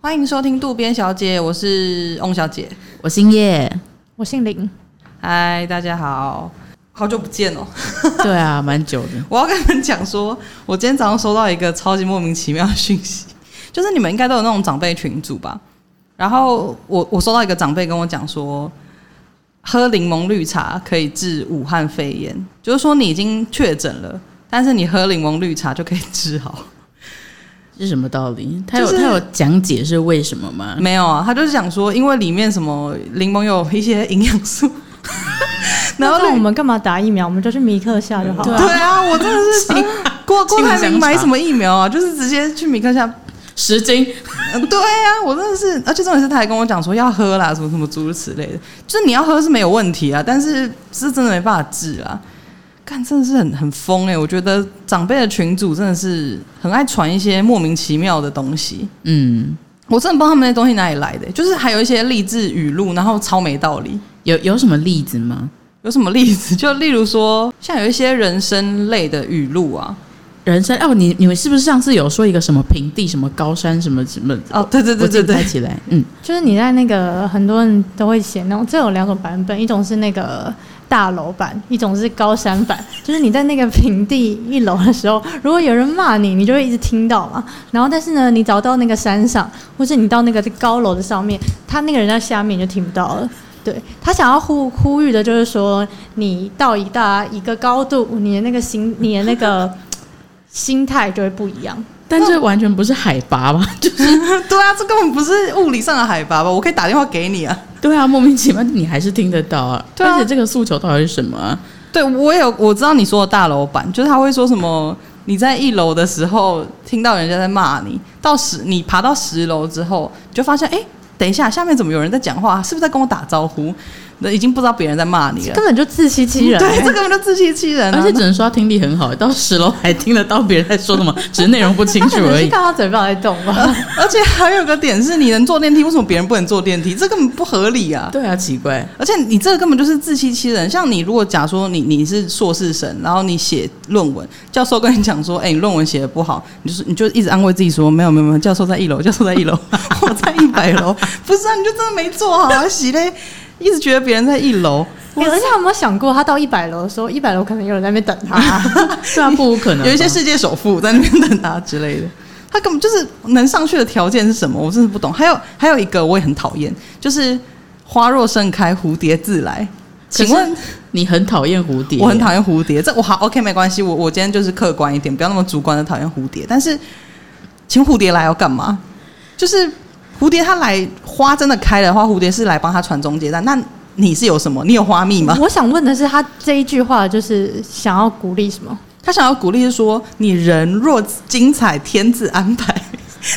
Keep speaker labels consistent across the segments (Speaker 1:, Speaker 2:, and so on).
Speaker 1: 欢迎收听渡边小姐，我是翁小姐。
Speaker 2: 我姓叶，
Speaker 3: 我姓林，
Speaker 1: 嗨，大家好，好久不见哦！
Speaker 2: 对啊，蛮久的。
Speaker 1: 我要跟你们讲说，我今天早上收到一个超级莫名其妙的讯息，就是你们应该都有那种长辈群组吧？然后我我收到一个长辈跟我讲说，喝柠檬绿茶可以治武汉肺炎，就是说你已经确诊了，但是你喝柠檬绿茶就可以治好。
Speaker 2: 是什么道理？他有、
Speaker 1: 就是
Speaker 2: 他有讲解是为什么吗？
Speaker 1: 没有啊，他就是讲说，因为里面什么柠檬有一些营养素，然
Speaker 3: 然
Speaker 1: 后
Speaker 3: 后
Speaker 1: 那
Speaker 3: 我们干嘛打疫苗？我们就去米克下就好
Speaker 2: 对
Speaker 3: 了。
Speaker 2: 啊
Speaker 1: 对啊，我真的是你郭郭台铭买什么疫苗啊？就是直接去米克夏。
Speaker 2: 十斤，
Speaker 1: 嗯对啊，我真的是，而且重点是他还跟我讲说要喝啦，什么什么诸如此类的。就是你要喝是没有问题啊，但是是真的没办法治啊。干真的是很很疯哎、我觉得长辈的群主真的是很爱传一些莫名其妙的东西。
Speaker 2: 嗯，
Speaker 1: 我真的不知道他们那些东西哪里来的欸、就是还有一些励志语录，然后超没道理。
Speaker 2: 有有什么例子吗？
Speaker 1: 有什么例子？就例如说，像有一些人生类的语录啊，
Speaker 2: 人生哦，你你们是不是上次有说一个什么平地、什么高山、什么什么？
Speaker 1: 哦，对对对对
Speaker 2: 我记不太
Speaker 1: 对，
Speaker 2: 起来。嗯，
Speaker 3: 就是你在那个很多人都会写那种，这有两种版本，一种是那个大楼版，一种是高山版。就是你在那个平地一楼的时候，如果有人骂你，你就会一直听到嘛。然后但是呢，你找到那个山上，或是你到那个高楼的上面，他那个人在下面你就听不到了。对他想要呼呼吁的就是说，你到一大一个高度，你的那个心，你的那个心态就会不一样。
Speaker 2: 但这完全不是海拔吧？就
Speaker 1: 对啊，这根本不是物理上的海拔吧？我可以打电话给你啊。
Speaker 2: 对啊，莫名其妙你还是听得到啊。
Speaker 1: 对啊
Speaker 2: 而且这个诉求到底是什么啊？
Speaker 1: 对，我有我知道你说的大楼版，就是他会说什么？你在一楼的时候听到人家在骂你，到十你爬到十楼之后，你就发现哎、诶等一下，下面怎么有人在讲话？是不是在跟我打招呼？那已经不知道别人在骂你了。
Speaker 3: 根本就自欺欺人、
Speaker 1: 对，这根本就自欺欺人、啊。
Speaker 2: 而且只能说他听力很好，到十楼还听得到别人在说什么，只是内容不清
Speaker 3: 他
Speaker 2: 楚
Speaker 3: 可能
Speaker 2: 而
Speaker 3: 是
Speaker 2: 已。
Speaker 3: 看到嘴巴在动吧。
Speaker 1: 而且还有个点是，你能坐电梯，为什么别人不能坐电梯？这根本不合理啊！
Speaker 2: 对啊，奇怪。
Speaker 1: 而且你这个根本就是自欺欺人。像你如果假说你你是硕士生，然后你写论文，教授跟你讲说，哎、你论文写的不好，你就是你就一直安慰自己说，没有没有没有，教授在一楼，教授在一楼， 我在一百楼，不是啊，你就真的没做好啊，洗嘞，一直觉得别人在一楼，
Speaker 3: 欸而且他有没有想过，他到一百楼的时候，一百楼可能有人在那边等他、
Speaker 2: 对啊，不可能吧。
Speaker 1: 有一些世界首富在那边等他之类的。他根本就是能上去的条件是什么，我真的不懂。还有还有一个我也很讨厌，就是花若盛开，蝴蝶自来。
Speaker 2: 可是
Speaker 1: 请问
Speaker 2: 你很讨厌蝴蝶，
Speaker 1: 我很讨厌蝴蝶，这我好 OK 没关系，我我今天就是客观一点，不要那么主观的讨厌蝴蝶。但是，请蝴蝶来要干嘛？就是蝴蝶它来花真的开的话，蝴蝶是来帮它传宗接代。那你是有什么？你有花蜜吗？
Speaker 3: 我想问的是，他这一句话就是想要鼓励什么？
Speaker 1: 他想要鼓励是说，你人若精彩，天自安排。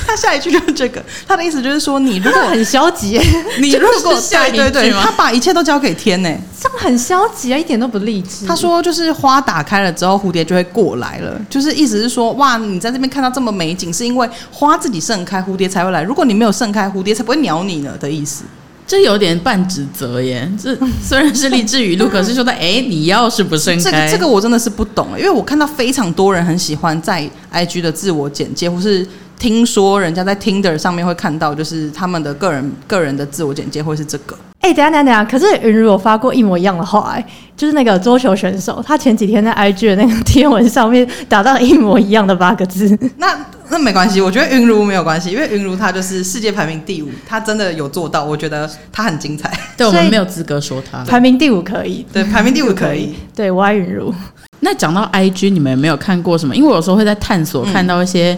Speaker 1: 他下一句就是这个，他的意思就是说，你如果
Speaker 3: 这很消极、
Speaker 1: 你
Speaker 2: 这
Speaker 1: 如
Speaker 2: 不是
Speaker 1: 果
Speaker 2: 下
Speaker 1: 对
Speaker 2: 一
Speaker 1: 对对，
Speaker 2: 句吗
Speaker 1: 他把一切都交给天呢、
Speaker 3: 这样很消极啊，一点都不励志。
Speaker 1: 他说，就是花打开了之后，蝴蝶就会过来了。就是意思是说，哇，你在这边看到这么美景，是因为花自己盛开，蝴蝶才会来。如果你没有盛开，蝴蝶才不会鸟你呢的意思。
Speaker 2: 这有点半指责耶。这虽然是励志 语录，可是说的哎，你要是不盛
Speaker 1: 这
Speaker 2: 开，
Speaker 1: 个这个我真的是不懂、因为我看到非常多人很喜欢在 IG 的自我简介，或是听说人家在 Tinder 上面会看到，就是他们的个人个人的自我简介会是这个。：“
Speaker 3: 哎、等一下等一下等一下，可是云如有发过一模一样的话、哎，就是那个桌球选手，他前几天在 IG 的那个贴文上面打到了一模一样的八个字。
Speaker 1: 那那没关系，我觉得云如没有关系，因为云如她就是世界排名第五，她真的有做到，我觉得她很 精彩。
Speaker 2: 对我们
Speaker 3: 所以
Speaker 2: 没有资格说
Speaker 1: 啊
Speaker 2: 他。
Speaker 1: 嗯
Speaker 3: 排名第五可以，
Speaker 1: 对，排名第五可以。
Speaker 3: 对我爱云如。
Speaker 2: 那讲到 IG，你们有没有看过什么？因为我有时候会在探索
Speaker 1: 嗯
Speaker 2: 看到一些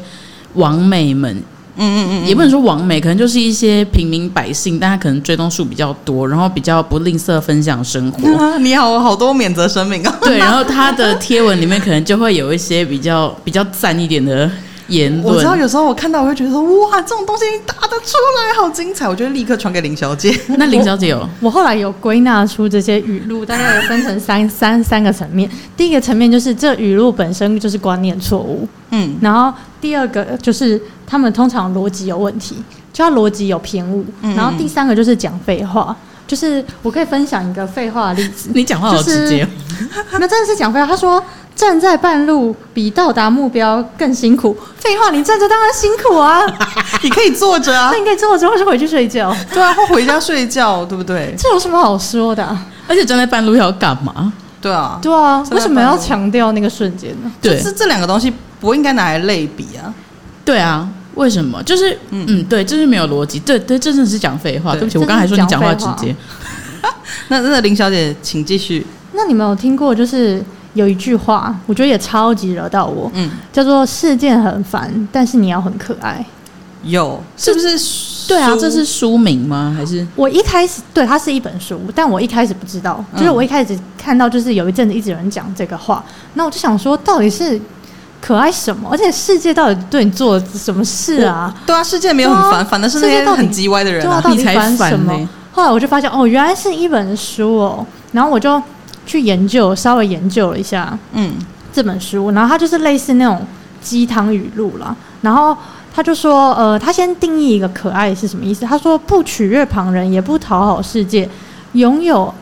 Speaker 2: 网美们。嗯嗯嗯，也不能说网美，可能就是一些平民百姓，但他可能追踪数比较多，然后比较不吝啬分享生活。
Speaker 1: 啊、 你好，我好多免责声明哦。
Speaker 2: 对，然后他的贴文里面可能就会有一些比较比较赞一点的言论。
Speaker 1: 我知道有时候我看到我会觉得说，哇，这种东西打得出来，好精彩！我就立刻传给林小姐。
Speaker 2: 那林小姐有
Speaker 3: 我后来有归纳出这些语录，大概有分成三三三个层面。第一个层面就是这语录本身就是观念错误，
Speaker 1: 嗯，
Speaker 3: 然后第二个就是他们通常逻辑有问题，就他逻辑有偏误，
Speaker 1: 嗯
Speaker 3: 然后第三个就是讲废话。就是我可以分享一个废话的例子，
Speaker 2: 你讲话好直接哦，
Speaker 3: 那真的是讲废话。他说站在半路比到达目标更辛苦。废话，你站着当然辛 苦啊，
Speaker 1: 你可以坐着啊
Speaker 3: 那，你可以坐着或是回去睡觉，
Speaker 1: 对啊，或回家睡觉，对不对？
Speaker 3: 这有什么好说的啊、
Speaker 2: 而且站在半路要干嘛？
Speaker 1: 对啊，
Speaker 3: 对啊
Speaker 1: 站，在
Speaker 3: 为什么
Speaker 1: 半
Speaker 3: 要
Speaker 1: 路
Speaker 3: 强调那个瞬间呢？
Speaker 2: 对
Speaker 1: 是这两个东西不应该拿来类比啊。
Speaker 2: 对啊，为什么？就是嗯对，这是没有逻辑，对对，这真的是讲废话。
Speaker 1: 对
Speaker 2: 对不起，我刚才说你讲话直接，
Speaker 1: 那那林小姐，请继续。
Speaker 3: 那你们有听过就是有一句话，我觉得也超级惹到我，
Speaker 1: 嗯，
Speaker 3: 叫做“世界很烦，但是你要很可爱
Speaker 1: 有是不是？
Speaker 2: 对啊，这是书名吗？还是”。
Speaker 3: 我一开始对它是一本书，但我一开始不知道，就是
Speaker 1: 嗯
Speaker 3: 我一开始看到就是有一阵子一直有人讲这个话，那我就想说到底是可爱什么？而且世界到底对你做了什么事啊？
Speaker 1: 对啊，世界没有很烦，反而是那
Speaker 3: 世
Speaker 1: 些
Speaker 3: 界到底
Speaker 1: 很叽歪的人
Speaker 3: 对啊，
Speaker 1: 啊。
Speaker 3: 到
Speaker 2: 你
Speaker 3: 底
Speaker 2: 才
Speaker 3: 烦
Speaker 2: 烦
Speaker 3: 什么？
Speaker 2: 嘞
Speaker 3: 后来我就发现，哦，原来是一本书哦。然后我就去研究，稍微研究了一下
Speaker 1: 嗯，
Speaker 3: 这本书，然后它就是类似那种鸡汤语录啦。然后他就说，呃，他先定义一个可爱是什么意思？他说，不取悦旁人，也不讨好世界，拥有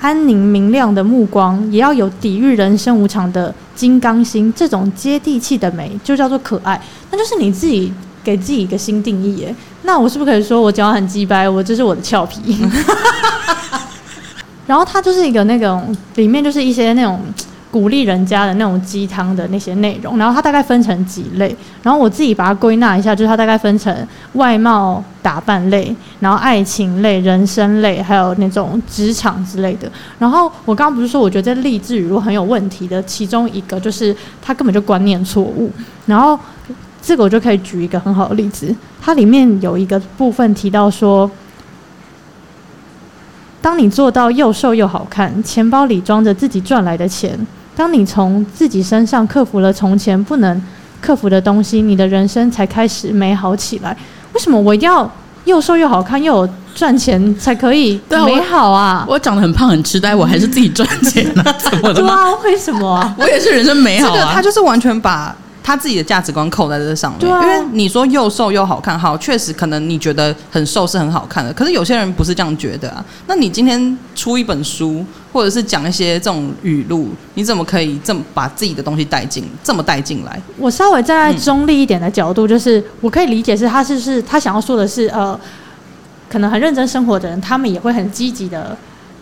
Speaker 3: 安宁明亮的目光，也要有抵御人生无常的金刚心。这种接地气的美，就叫做可爱。那就是你自己给自己一个新定义耶。那我是不是可以说我讲话很鸡掰，我这是我的俏皮？然后它就是一个那种里面就是一些那种鼓励人家的那种鸡汤的那些内容，然后它大概分成几类，然后我自己把它归纳一下，就是它大概分成外貌打扮类，然后爱情类、人生类，还有那种职场之类的。然后我刚刚不是说我觉得这励志语录很有问题的，其中一个就是它根本就观念错误，然后。这个我就可以举一个很好的例子，它里面有一个部分提到说，当你做到又瘦又好看，钱包里装着自己赚来的钱，当你从自己身上克服了从前不能克服的东西，你的人生才开始美好起来。为什么我一定要又瘦又好看又有赚钱才可以
Speaker 2: 对啊我
Speaker 3: 美好啊？
Speaker 2: 我长得很胖很痴呆，我还是自己赚钱 啊？怎么的
Speaker 3: 对
Speaker 2: 吗？
Speaker 3: 啊，为什么啊？
Speaker 2: 我也是人生美
Speaker 1: 这
Speaker 2: 好
Speaker 1: 个
Speaker 2: 啊
Speaker 1: 他！就是完全把他自己的价值观扣在这上面。
Speaker 3: 对啊
Speaker 1: 因为你说又瘦又好看，好，确实可能你觉得很瘦是很好看的，可是有些人不是这样觉得啊。那你今天出一本书，或者是讲一些这种语录，你怎么可以这么把自己的东西带进，这么带进来？
Speaker 3: 我稍微
Speaker 1: 嗯
Speaker 3: 站在中立一点的角度，就是我可以理解是他是不是他想要说的是呃，可能很认真生活的人，他们也会很积极的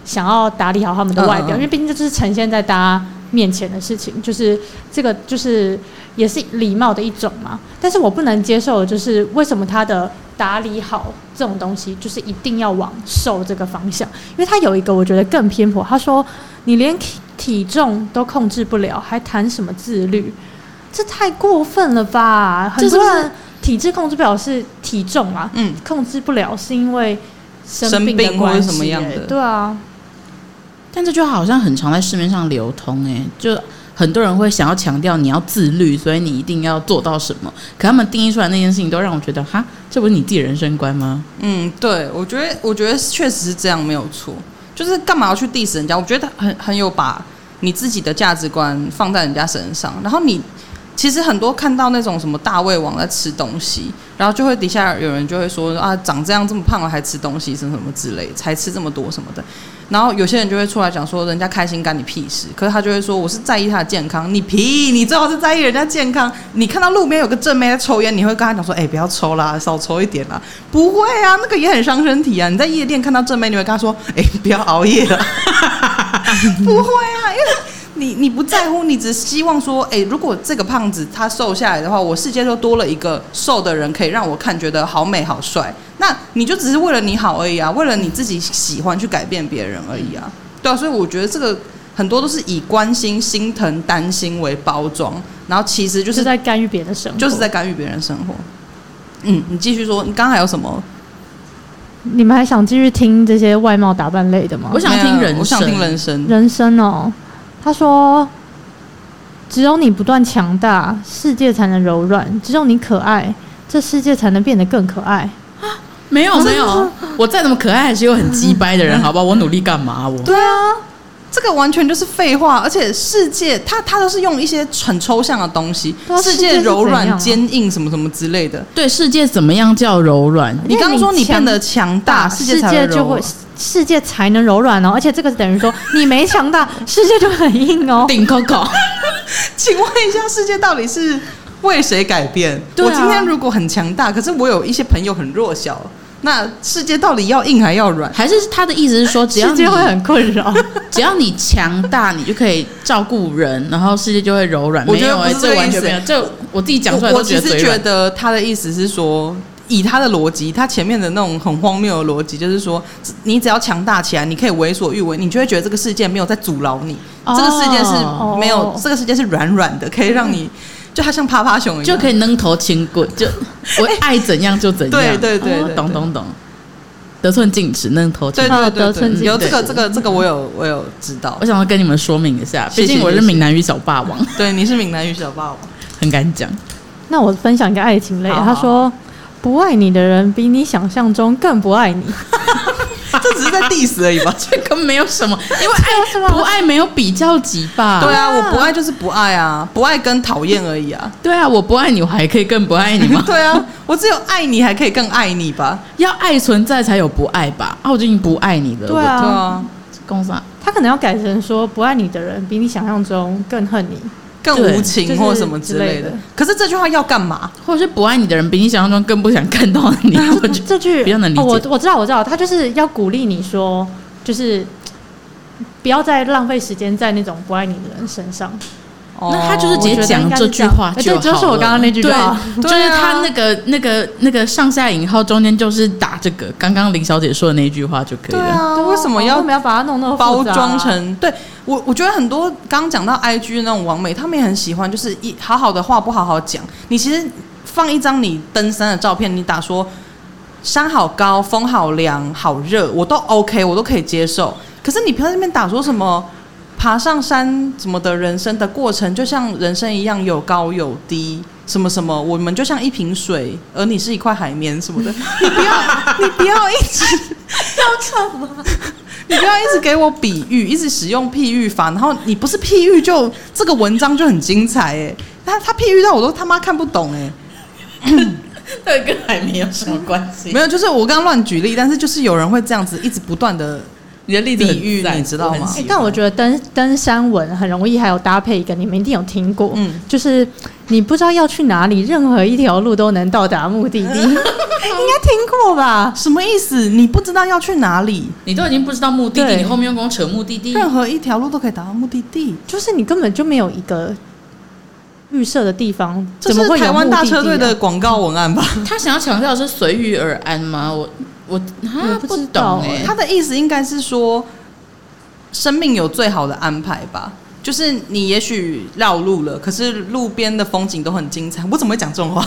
Speaker 3: 想要打理好他们的外
Speaker 1: 嗯嗯嗯
Speaker 3: 表，因为毕竟这就是呈现在大家面前的事情，就是这个就是也是礼貌的一种嘛。但是我不能接受的就是为什么他的打理好这种东西，就是一定要往瘦这个方向，因为他有一个我觉得更偏颇，他说你连体体重都控制不了，还谈什么自律？这太过分了吧！很
Speaker 2: 这是
Speaker 3: 多
Speaker 2: 不是
Speaker 3: 人体质控制不了是体重啊，
Speaker 1: 嗯，
Speaker 3: 控制不了是因为
Speaker 1: 生
Speaker 3: 生病
Speaker 1: 病
Speaker 3: 的
Speaker 1: 或
Speaker 3: 关
Speaker 1: 者
Speaker 3: 系、
Speaker 1: 什么样
Speaker 3: 欸
Speaker 1: 的
Speaker 3: 对啊，
Speaker 2: 但这就好像很常在市面上流通哎、就很多人会想要强调你要自律，所以你一定要做到什么。可他们定义出来那件事情，都让我觉得哈，这不是你自己人生观吗？
Speaker 1: 嗯，对，我觉得我觉得确实是这样，没有错。就是干嘛要去 diss 人家？我觉得很很有把你自己的价值观放在人家身上，然后你其实很多看到那种什么大胃王在吃东西，然后就会底下有人就会说啊，长这样这么胖了还吃东西，什么什么之类，才吃这么多什么的。然后有些人就会出来讲说，人家开心干你屁事。可是他就会说，我是在意他的健康，你屁，你最好是在意人家健康。你看到路边有个正妹在抽烟，你会跟他讲说，哎、不要抽啦，少抽一点啦。不会啊，那个也很伤身体啊。你在夜店看到正妹，你会跟他说，哎、不要熬夜了。不会啊，因为你你不在乎，你只希望说，哎、如果这个胖子他瘦下来的话，我世界就多了一个瘦的人，可以让我看觉得好美好帅。那你就只是为了你好而已啊，为了你自己喜欢去改变别人而已啊。对啊，所以我觉得这个很多都是以关心、心疼、担心为包装，然后其实就
Speaker 3: 就是是在干预别人的生活。
Speaker 1: 就是在干预别人生活。嗯，你继续说，你刚刚还有什么？
Speaker 3: 你们还想继续听这些外貌打扮类的吗
Speaker 2: 我？想听人生
Speaker 1: 我想听人生。
Speaker 3: 人生哦，他说，只有你不断强大，世界才能柔软；只有你可爱，这世界才能变得更可爱。
Speaker 2: 没有没有，啊我再怎么可爱，还是有很鸡掰的 人，好不好？我努力干嘛、我
Speaker 1: 对啊，这个完全就是废话，而且世界它它都是用一些很抽象的东西，
Speaker 3: 对啊
Speaker 1: 世
Speaker 3: 世界是
Speaker 1: 柔
Speaker 3: 怎
Speaker 1: 软、
Speaker 3: 样啊
Speaker 1: 坚硬什么什么之类的。
Speaker 2: 对世界怎么样叫柔软？
Speaker 1: 你刚刚说你
Speaker 3: 因为
Speaker 1: 变
Speaker 3: 你
Speaker 1: 得强大，世
Speaker 3: 世
Speaker 1: 界才会
Speaker 3: 就
Speaker 1: 柔
Speaker 3: 会
Speaker 1: 软。
Speaker 3: 世界才能柔软哦。而且这个等于说，你没强大，世界就很 硬哦。
Speaker 2: 顶 Coco，
Speaker 1: 请问一下，世界到底是为谁改变？
Speaker 2: 对啊
Speaker 1: 我今天如果很强大，可是我有一些朋友很弱小，那世界到底要硬还要软？
Speaker 2: 还是他的意思是说，只要
Speaker 3: 世
Speaker 2: 你
Speaker 3: 界会很困 扰，
Speaker 2: 只要你强大，你就可以照顾人，然后世界就会柔软。
Speaker 1: 我觉得
Speaker 2: 没有
Speaker 1: 不是
Speaker 2: 欸
Speaker 1: 这
Speaker 2: 这
Speaker 1: 个
Speaker 2: 完
Speaker 1: 意
Speaker 2: 全
Speaker 1: 思
Speaker 2: 没有，这我自己讲出来
Speaker 1: 我
Speaker 2: 都
Speaker 1: 我其
Speaker 2: 得
Speaker 1: 实
Speaker 2: 嘴
Speaker 1: 觉
Speaker 2: 软。
Speaker 1: 得他的意思是说，以他的逻辑，他前面的那种很荒谬的逻辑，就是说，只你只要强大起来，你可以为所欲为，你就会觉得这个世界没有在阻挠你，
Speaker 2: 哦
Speaker 1: 这个世界是没有，
Speaker 3: 哦
Speaker 1: 这个世界是软软的，可以让你就它像趴趴熊一样，
Speaker 2: 就可以扔头轻滚，就我爱怎样就怎样。
Speaker 1: 对对对
Speaker 2: 哦
Speaker 1: 对
Speaker 2: 懂
Speaker 1: 对
Speaker 2: 懂懂，得寸进尺，扔头轻
Speaker 1: 对
Speaker 2: 滚。
Speaker 1: 对
Speaker 3: 得
Speaker 1: 对
Speaker 3: 寸
Speaker 1: 对，
Speaker 3: 进
Speaker 1: 有
Speaker 2: 尺
Speaker 1: 这个这个这个我有我有知道
Speaker 2: 我，想要跟你们说明一下，
Speaker 1: 谢谢
Speaker 2: 毕竟我是闽南语小霸王，
Speaker 1: 对，你是闽南语小霸王，
Speaker 2: 很敢讲。
Speaker 3: 那我分享一个爱情类的，
Speaker 1: 好
Speaker 3: 他说。不爱你的人比你想象中更不爱你，
Speaker 1: 这只是在 diss 而已 吧？
Speaker 2: 这个没有什么，因 为
Speaker 3: 爱 是吗
Speaker 2: 不爱没有比较级吧？
Speaker 1: 啊对啊，我不爱就是不爱啊，不爱跟讨厌而已啊。
Speaker 2: 对啊，我不爱你，我还可以更不爱你吗？
Speaker 1: 对啊，我只有爱你，还可以更爱你吧？
Speaker 2: 要爱存在才有不爱吧？啊，我就已经不爱你了。
Speaker 3: 对啊
Speaker 1: 对啊，
Speaker 2: 我，公司啊
Speaker 3: 他可能要改成说不爱你的人比你想象中更恨 你。
Speaker 1: 更
Speaker 2: 对
Speaker 1: 无
Speaker 3: 就
Speaker 1: 情
Speaker 3: 是
Speaker 1: 或什么
Speaker 3: 之
Speaker 1: 之
Speaker 3: 类
Speaker 1: 类的
Speaker 3: 的。
Speaker 1: 可是这句话要干嘛？
Speaker 2: 或者是不爱你的人比你想象中更不想看到 你。我觉得
Speaker 3: 这句
Speaker 2: 比较能理解
Speaker 3: 哦、我我知道，我知道，他就是要鼓励你说，就是不要再浪费时间在那种不爱你的人身上。
Speaker 2: 那他
Speaker 1: 哦
Speaker 2: 就是直接讲这句话就好
Speaker 3: 对就是我刚刚那句
Speaker 2: 对
Speaker 3: 话，
Speaker 2: 就
Speaker 1: 对
Speaker 2: 是
Speaker 1: 啊
Speaker 2: 他那个那个那个上下引号中间就是打这个刚刚林小姐说的那一句话就可以
Speaker 1: 对
Speaker 2: 了。
Speaker 1: 啊，为什么
Speaker 3: 我
Speaker 1: 要
Speaker 3: 们要把它弄哦那么
Speaker 1: 包
Speaker 3: 复杂啊
Speaker 1: 装？成？对我，我觉得很多刚刚讲到 IG 那种网美，他们也很喜欢，就是一好好的话不好好讲。你其实放一张你登山的照片，你打说山好高，风好凉，好热，我都 OK，我都可以接受。可是你不要在那边打说什么。爬上山什么的人生的过程，就像人生一样有高有低，什么什么，我们就像一瓶水，而你是一块海绵什么的。 你不要，你不要一直要干嘛？你不要一直给我比喻，一直使用譬喻法，然后你不是譬喻就这个文章就很精彩哎、他他譬喻到我都他妈看不懂哎、
Speaker 2: 这跟海绵有什么关系
Speaker 1: 没有，就是我刚刚乱举例，但是就是有人会这样子一直不断的
Speaker 2: 你的例
Speaker 1: 子很赞我很
Speaker 3: 哎
Speaker 1: 喜
Speaker 3: 但我觉得登登山文很容易，还有搭配一个，你们一定有听过，
Speaker 1: 嗯
Speaker 3: 就是你不知道要去哪里，任何一条路都能到达目的哎地，应该 听过吧？
Speaker 1: 什么意思？你不知道要去哪里，
Speaker 2: 你都已经不知道目的地，
Speaker 3: 对
Speaker 2: 你后面又跟我扯目的地，
Speaker 1: 任何一条路都可以达到目的地。
Speaker 3: 就是你根本就没有一个预设的地方，
Speaker 1: 这
Speaker 3: 怎么
Speaker 1: 是
Speaker 3: 会有
Speaker 1: 台湾
Speaker 3: 目的
Speaker 1: 大
Speaker 3: 地
Speaker 1: 车队
Speaker 3: 啊
Speaker 1: 的广告文 案吧？
Speaker 2: 他想要强调的是随遇而安吗？我我啊
Speaker 3: 我不知道
Speaker 2: 懂哎、
Speaker 1: 他的意思应该是说，生命有最好的安排吧。就是你也许绕路了，可是路边的风景都很精彩。我怎么会讲这种话？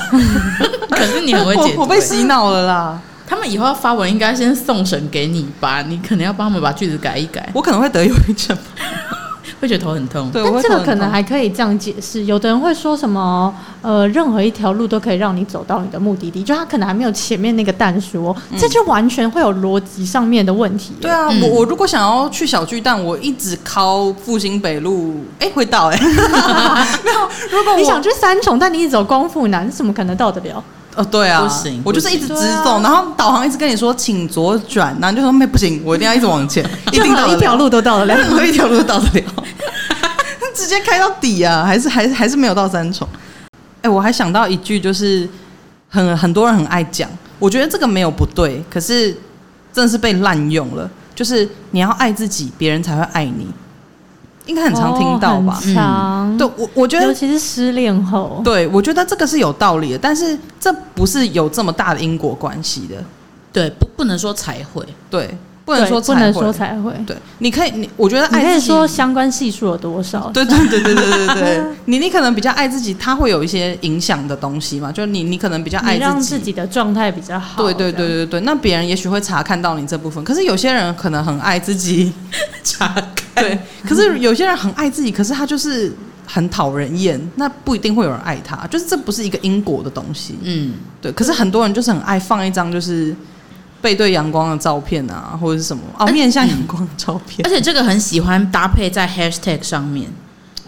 Speaker 2: 可是你很会解 读
Speaker 1: 我我被
Speaker 2: 欸
Speaker 1: 洗脑了啦，
Speaker 2: 他们以后要发文应该先送审给你吧，你可能要帮他们把句子改一改，
Speaker 1: 我可能会得忧郁症。
Speaker 2: 会觉得头很痛。
Speaker 1: 对，我
Speaker 3: 但
Speaker 1: 会
Speaker 3: 这个
Speaker 1: 头很
Speaker 3: 可能
Speaker 1: 痛
Speaker 3: 还可以这样解释，有的人会说什么，呃，任何一条路都可以让你走到你的目的地，就他可能还没有前面那个蛋说，这就完全会有逻辑上面的问题。
Speaker 1: 嗯对啊，
Speaker 2: 嗯
Speaker 1: 我我如果想要去小巨蛋，我一直靠复兴北路，哎、会到哎、没有，如果我
Speaker 3: 你想去三重，但你一直走光复南，怎么可能到得了？
Speaker 1: 哦，对啊，
Speaker 2: 不行
Speaker 1: 我就是一直直
Speaker 3: 不行
Speaker 1: 走，
Speaker 3: 对啊
Speaker 1: 然后导航一直跟你说请左转，然后你就说没不行，我一定要一直往 前，一定到得
Speaker 3: 任何
Speaker 1: 了
Speaker 3: 一条，路都到 得了。
Speaker 1: 任何一条路都到得了， 直接开到底啊，还是还是还是没有到三重。哎、我还想到一句，就是很很多人很爱讲，我觉得这个没有不对，可是真的是被滥用了，就是你要爱自己，别人才会爱你，应该很常听到吧？
Speaker 3: 哦很常，
Speaker 1: 嗯对我，我觉得
Speaker 3: 尤其是失恋后，
Speaker 1: 对，我觉得这个是有道理的，但是这不是有这么大的因果关系的，
Speaker 2: 对，不不能说才会，
Speaker 1: 对，不
Speaker 3: 不
Speaker 1: 能说
Speaker 3: 不
Speaker 1: 才
Speaker 3: 能
Speaker 1: 会
Speaker 3: 说才会。
Speaker 1: 对，你可以，你我觉得
Speaker 3: 你可
Speaker 1: 爱
Speaker 3: 以
Speaker 1: 自己，
Speaker 3: 说相关系数有多少？
Speaker 1: 对对对对对对 对，你你可能比较爱自己，它会有一些影响的东西嘛，就是你你可能比较爱
Speaker 3: 你让
Speaker 1: 自
Speaker 3: 自己的状态比较好。
Speaker 1: 对对
Speaker 3: 这
Speaker 1: 对
Speaker 3: 样，
Speaker 1: 对对，那别人也许会查看到你这部分，可是有些人可能很爱自 己，
Speaker 2: 查
Speaker 1: 对，可是有些人很爱自己，可是他就是很讨人厌，那不一定会有人爱他，就是这不是一个因果的东西，
Speaker 2: 嗯，
Speaker 1: 对，可是很多人就是很爱放一张就是背对阳光的照片啊，或者
Speaker 3: 哎
Speaker 1: 是什么哦，面向阳光的照片
Speaker 2: 而。且这个很喜欢搭配在 hashtag 上面，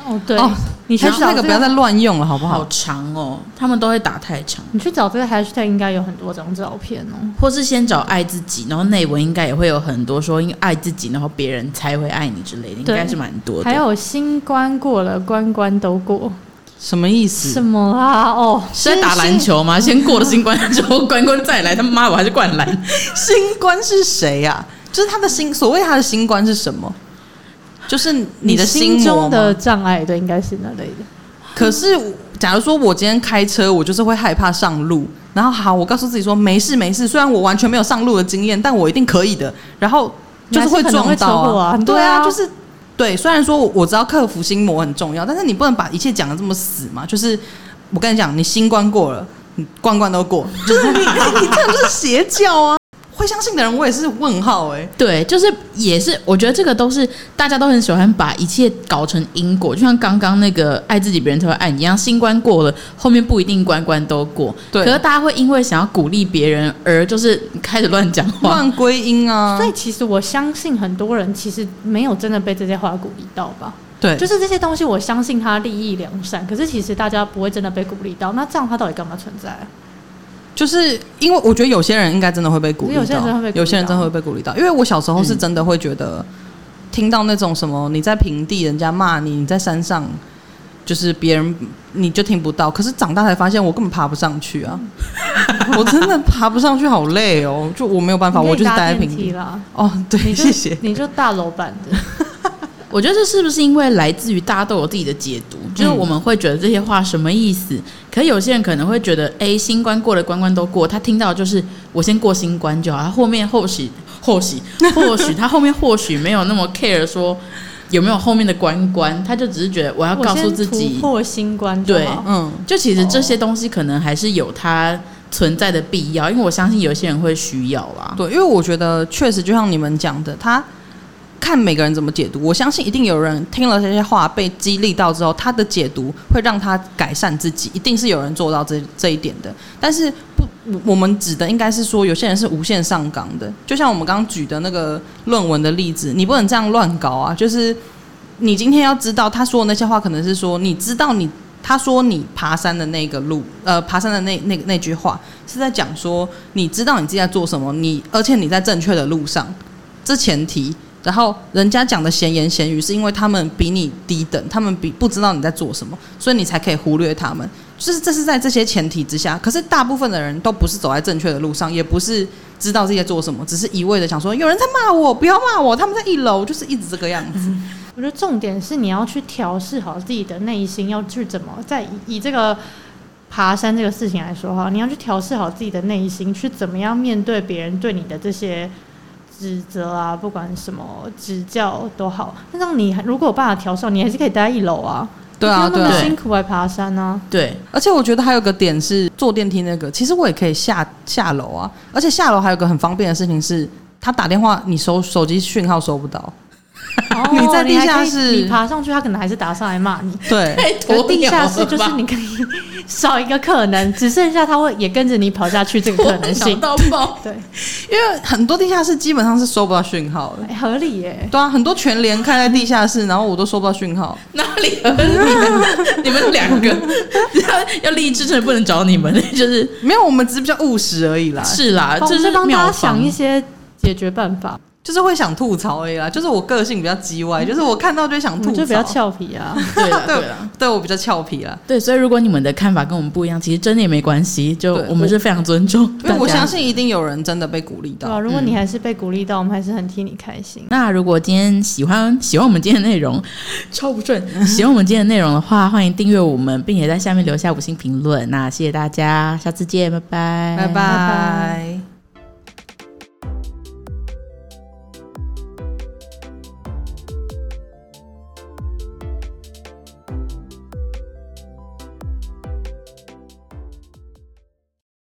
Speaker 3: 哦，对，
Speaker 1: 哦
Speaker 3: 你去
Speaker 1: 但是
Speaker 3: 找
Speaker 1: 那
Speaker 3: 这
Speaker 1: 个不要再乱用了，好不
Speaker 2: 好
Speaker 1: 好？
Speaker 2: 长哦，他们都会打太长，
Speaker 3: 你去找这个 hashtag 应该有很多张照片哦。
Speaker 2: 或是先找爱自己，然后内文应该也会有很多说因为爱自己，然后别人才会爱你之类的，应
Speaker 3: 对
Speaker 2: 该是蛮多的。
Speaker 3: 还有新冠过了，关关都过，
Speaker 1: 什么意
Speaker 3: 什
Speaker 1: 思？
Speaker 3: 么啦？哦，
Speaker 2: 是在打篮球吗？先过了新冠 之后，关关再来，他妈我还是灌篮，
Speaker 1: 新官是谁呀、就是他的新，所谓他的新官是什么？就是你的心
Speaker 3: 心
Speaker 1: 魔吗
Speaker 3: 中的障碍，对，应该是那类的。
Speaker 1: 可是，假如说我今天开车，我就是会害怕上路。然后好，我告诉自己说没事没事，虽然我完全没有上路的经验，但我一定可以的。然后就是撞到
Speaker 3: 你还是可能会车祸啊
Speaker 1: 对
Speaker 3: 对啊
Speaker 1: 就是对。虽然说我我知道克服心魔很重要，但是你不能把一切讲的这么死嘛。就是我跟你讲，你新冠过了，你冠冠都过， 就是你你这样就是邪教啊！会相信的人，我也是问号哎、
Speaker 2: 对，就是也是，我觉得这个都是大家都很喜欢把一切搞成因果，就像刚刚那个爱自己别人才会爱你一样，新冠过了，后面不一定关关都过。
Speaker 1: 对
Speaker 2: 可是大家会因为想要鼓励别人而就是开始乱讲话。
Speaker 1: 乱归因啊
Speaker 3: 所，以其实我相信很多人其实没有真的被这些话鼓励到吧，
Speaker 1: 对，
Speaker 3: 就是这些东西我相信它利益良善，可是其实大家不会真的被鼓励到，那这样它到底干嘛存在啊？
Speaker 1: 就是因为我觉得有些人应该真的会被鼓励到，
Speaker 3: 有些人真的会被鼓励到嗯
Speaker 1: 有些人真的会被鼓励到。因为我小时候是真的会觉得，听到那种什么你在平地人家骂你，你在山上就是别人你就听不到，可是长大才发现我根本爬不上去 啊！我真的爬不上去，好累哦，就我没有办法，
Speaker 3: 你可
Speaker 1: 我
Speaker 3: 以
Speaker 1: 就是
Speaker 3: 搭
Speaker 1: 待在
Speaker 3: 电
Speaker 1: 平
Speaker 3: 梯
Speaker 1: 地。
Speaker 3: 啦，
Speaker 1: 哦，对
Speaker 3: 你，就
Speaker 1: 谢谢。
Speaker 3: 你就大楼版的，
Speaker 2: 我觉得这是不是因为来自于大家都有自己的解读，
Speaker 3: 嗯
Speaker 2: 就是我们会觉得这些话什么意思？可有些人可能会觉得，哎，新冠过了，关关都过，他听到就是我先过新冠就好，他后面后许后许或 许他后面或许没有那么 care 说有没有后面的关关，他就只是觉得我要
Speaker 3: 我
Speaker 2: 告诉
Speaker 3: 先
Speaker 2: 自
Speaker 3: 突
Speaker 2: 己，
Speaker 3: 破新冠就
Speaker 2: 对
Speaker 3: 好
Speaker 1: 嗯，
Speaker 2: 就其实这些东西可能还是有它存在的必要，因为我相信有些人会需要啦。
Speaker 1: 对，因为我觉得确实就像你们讲的，他看每个人怎么解读。我相信一定有人听了这些话被激励到之后，他的解读会让他改善自己，一定是有人做到这这一点的。但是不，我我们指的应该是说，有些人是无限上纲的，就像我们刚刚举的那个论文的例子，你不能这样乱搞啊！就是你今天要知道，他说的那些话可能是说，你知道你。他说：“你爬山的那个路，呃，爬山的那那那句话是在讲说，你知道你自己在做什么，你而且你在正确的路上，这前提。然后人家讲的闲言闲语，是因为他们比你低等，他们比不知道你在做什么，所以你才可以忽略他们。就是这是在这些前提之下，可是大部分的人都不是走在正确的路上，也不是知道自己在做什么，只是一味的想说有人在骂我，不要骂我，他们在一楼，就是一直这个样子。
Speaker 3: 我觉得重点是你要去调试好自己的内心，要去怎么在以以这个爬山这个事情来说哈，你要去调试好自己的内心，去怎么样面对别人对你的这些指责啊，不管什么指教都好。那让你如果有办法调试好，你还是可以待在一楼啊，
Speaker 1: 对啊，
Speaker 3: 你不
Speaker 1: 对
Speaker 3: 用那
Speaker 1: 啊
Speaker 3: 么，辛苦来爬山啊。
Speaker 2: 对，
Speaker 1: 而且我觉得还有个点是坐电梯那个，其实我也可以下下楼啊。而且下楼还有个很方便的事情是，他打电话你手手机讯号收不到，
Speaker 3: 哦
Speaker 1: 你在地下室
Speaker 3: 你还可以你爬上去，他可能还是打上来骂 你。
Speaker 1: 对，
Speaker 2: 太脱
Speaker 3: 可是地
Speaker 2: 掉
Speaker 3: 下
Speaker 2: 了
Speaker 3: 室就是
Speaker 2: 吧
Speaker 3: 你可以 少一个可能，只剩下他会也跟着你跑下去这个可 能
Speaker 2: 我想
Speaker 3: 性。
Speaker 2: 到爆。
Speaker 3: 对，
Speaker 1: 因为很多地下室基本上是收不到讯号的。
Speaker 3: 哎合理耶、
Speaker 1: 对啊，很多全联开在地下室，然后我都收不到讯号。
Speaker 2: 哪里合理？你们两个 要要励志，真的不能找你们，就是
Speaker 1: 没有，我们只是比较务实而已啦，
Speaker 2: 是啦，
Speaker 3: 帮
Speaker 2: 啊这是
Speaker 3: 帮大
Speaker 2: 妙
Speaker 3: 家想
Speaker 2: 方
Speaker 3: 一。些解决办法，
Speaker 1: 就是会想吐槽而已啦。就是我个性比较叽歪，就是我看到就会想
Speaker 3: 我
Speaker 1: 吐槽，
Speaker 3: 们就比较俏皮啊。
Speaker 2: 对啦，
Speaker 1: 对
Speaker 2: 对 啦，
Speaker 1: 对我比较俏皮啦。
Speaker 2: 对，所以如果你们的看法跟我们不一样，其实真的也没关系，就
Speaker 1: 对
Speaker 2: 我们是非常尊重
Speaker 1: 因为我
Speaker 2: 大家
Speaker 1: 相。信一定有人真的被鼓励
Speaker 3: 对啊，
Speaker 1: 到。
Speaker 3: 如果你还是被鼓励到，我们还是很替你开心。
Speaker 2: 那如果今天喜欢喜欢我们今天的内容，超不顺，喜欢我们今天的内容的话，欢迎订阅我们，并且在下面留下五星评论。那谢谢大家，下次见，拜拜，
Speaker 1: 拜
Speaker 3: 拜
Speaker 1: 拜。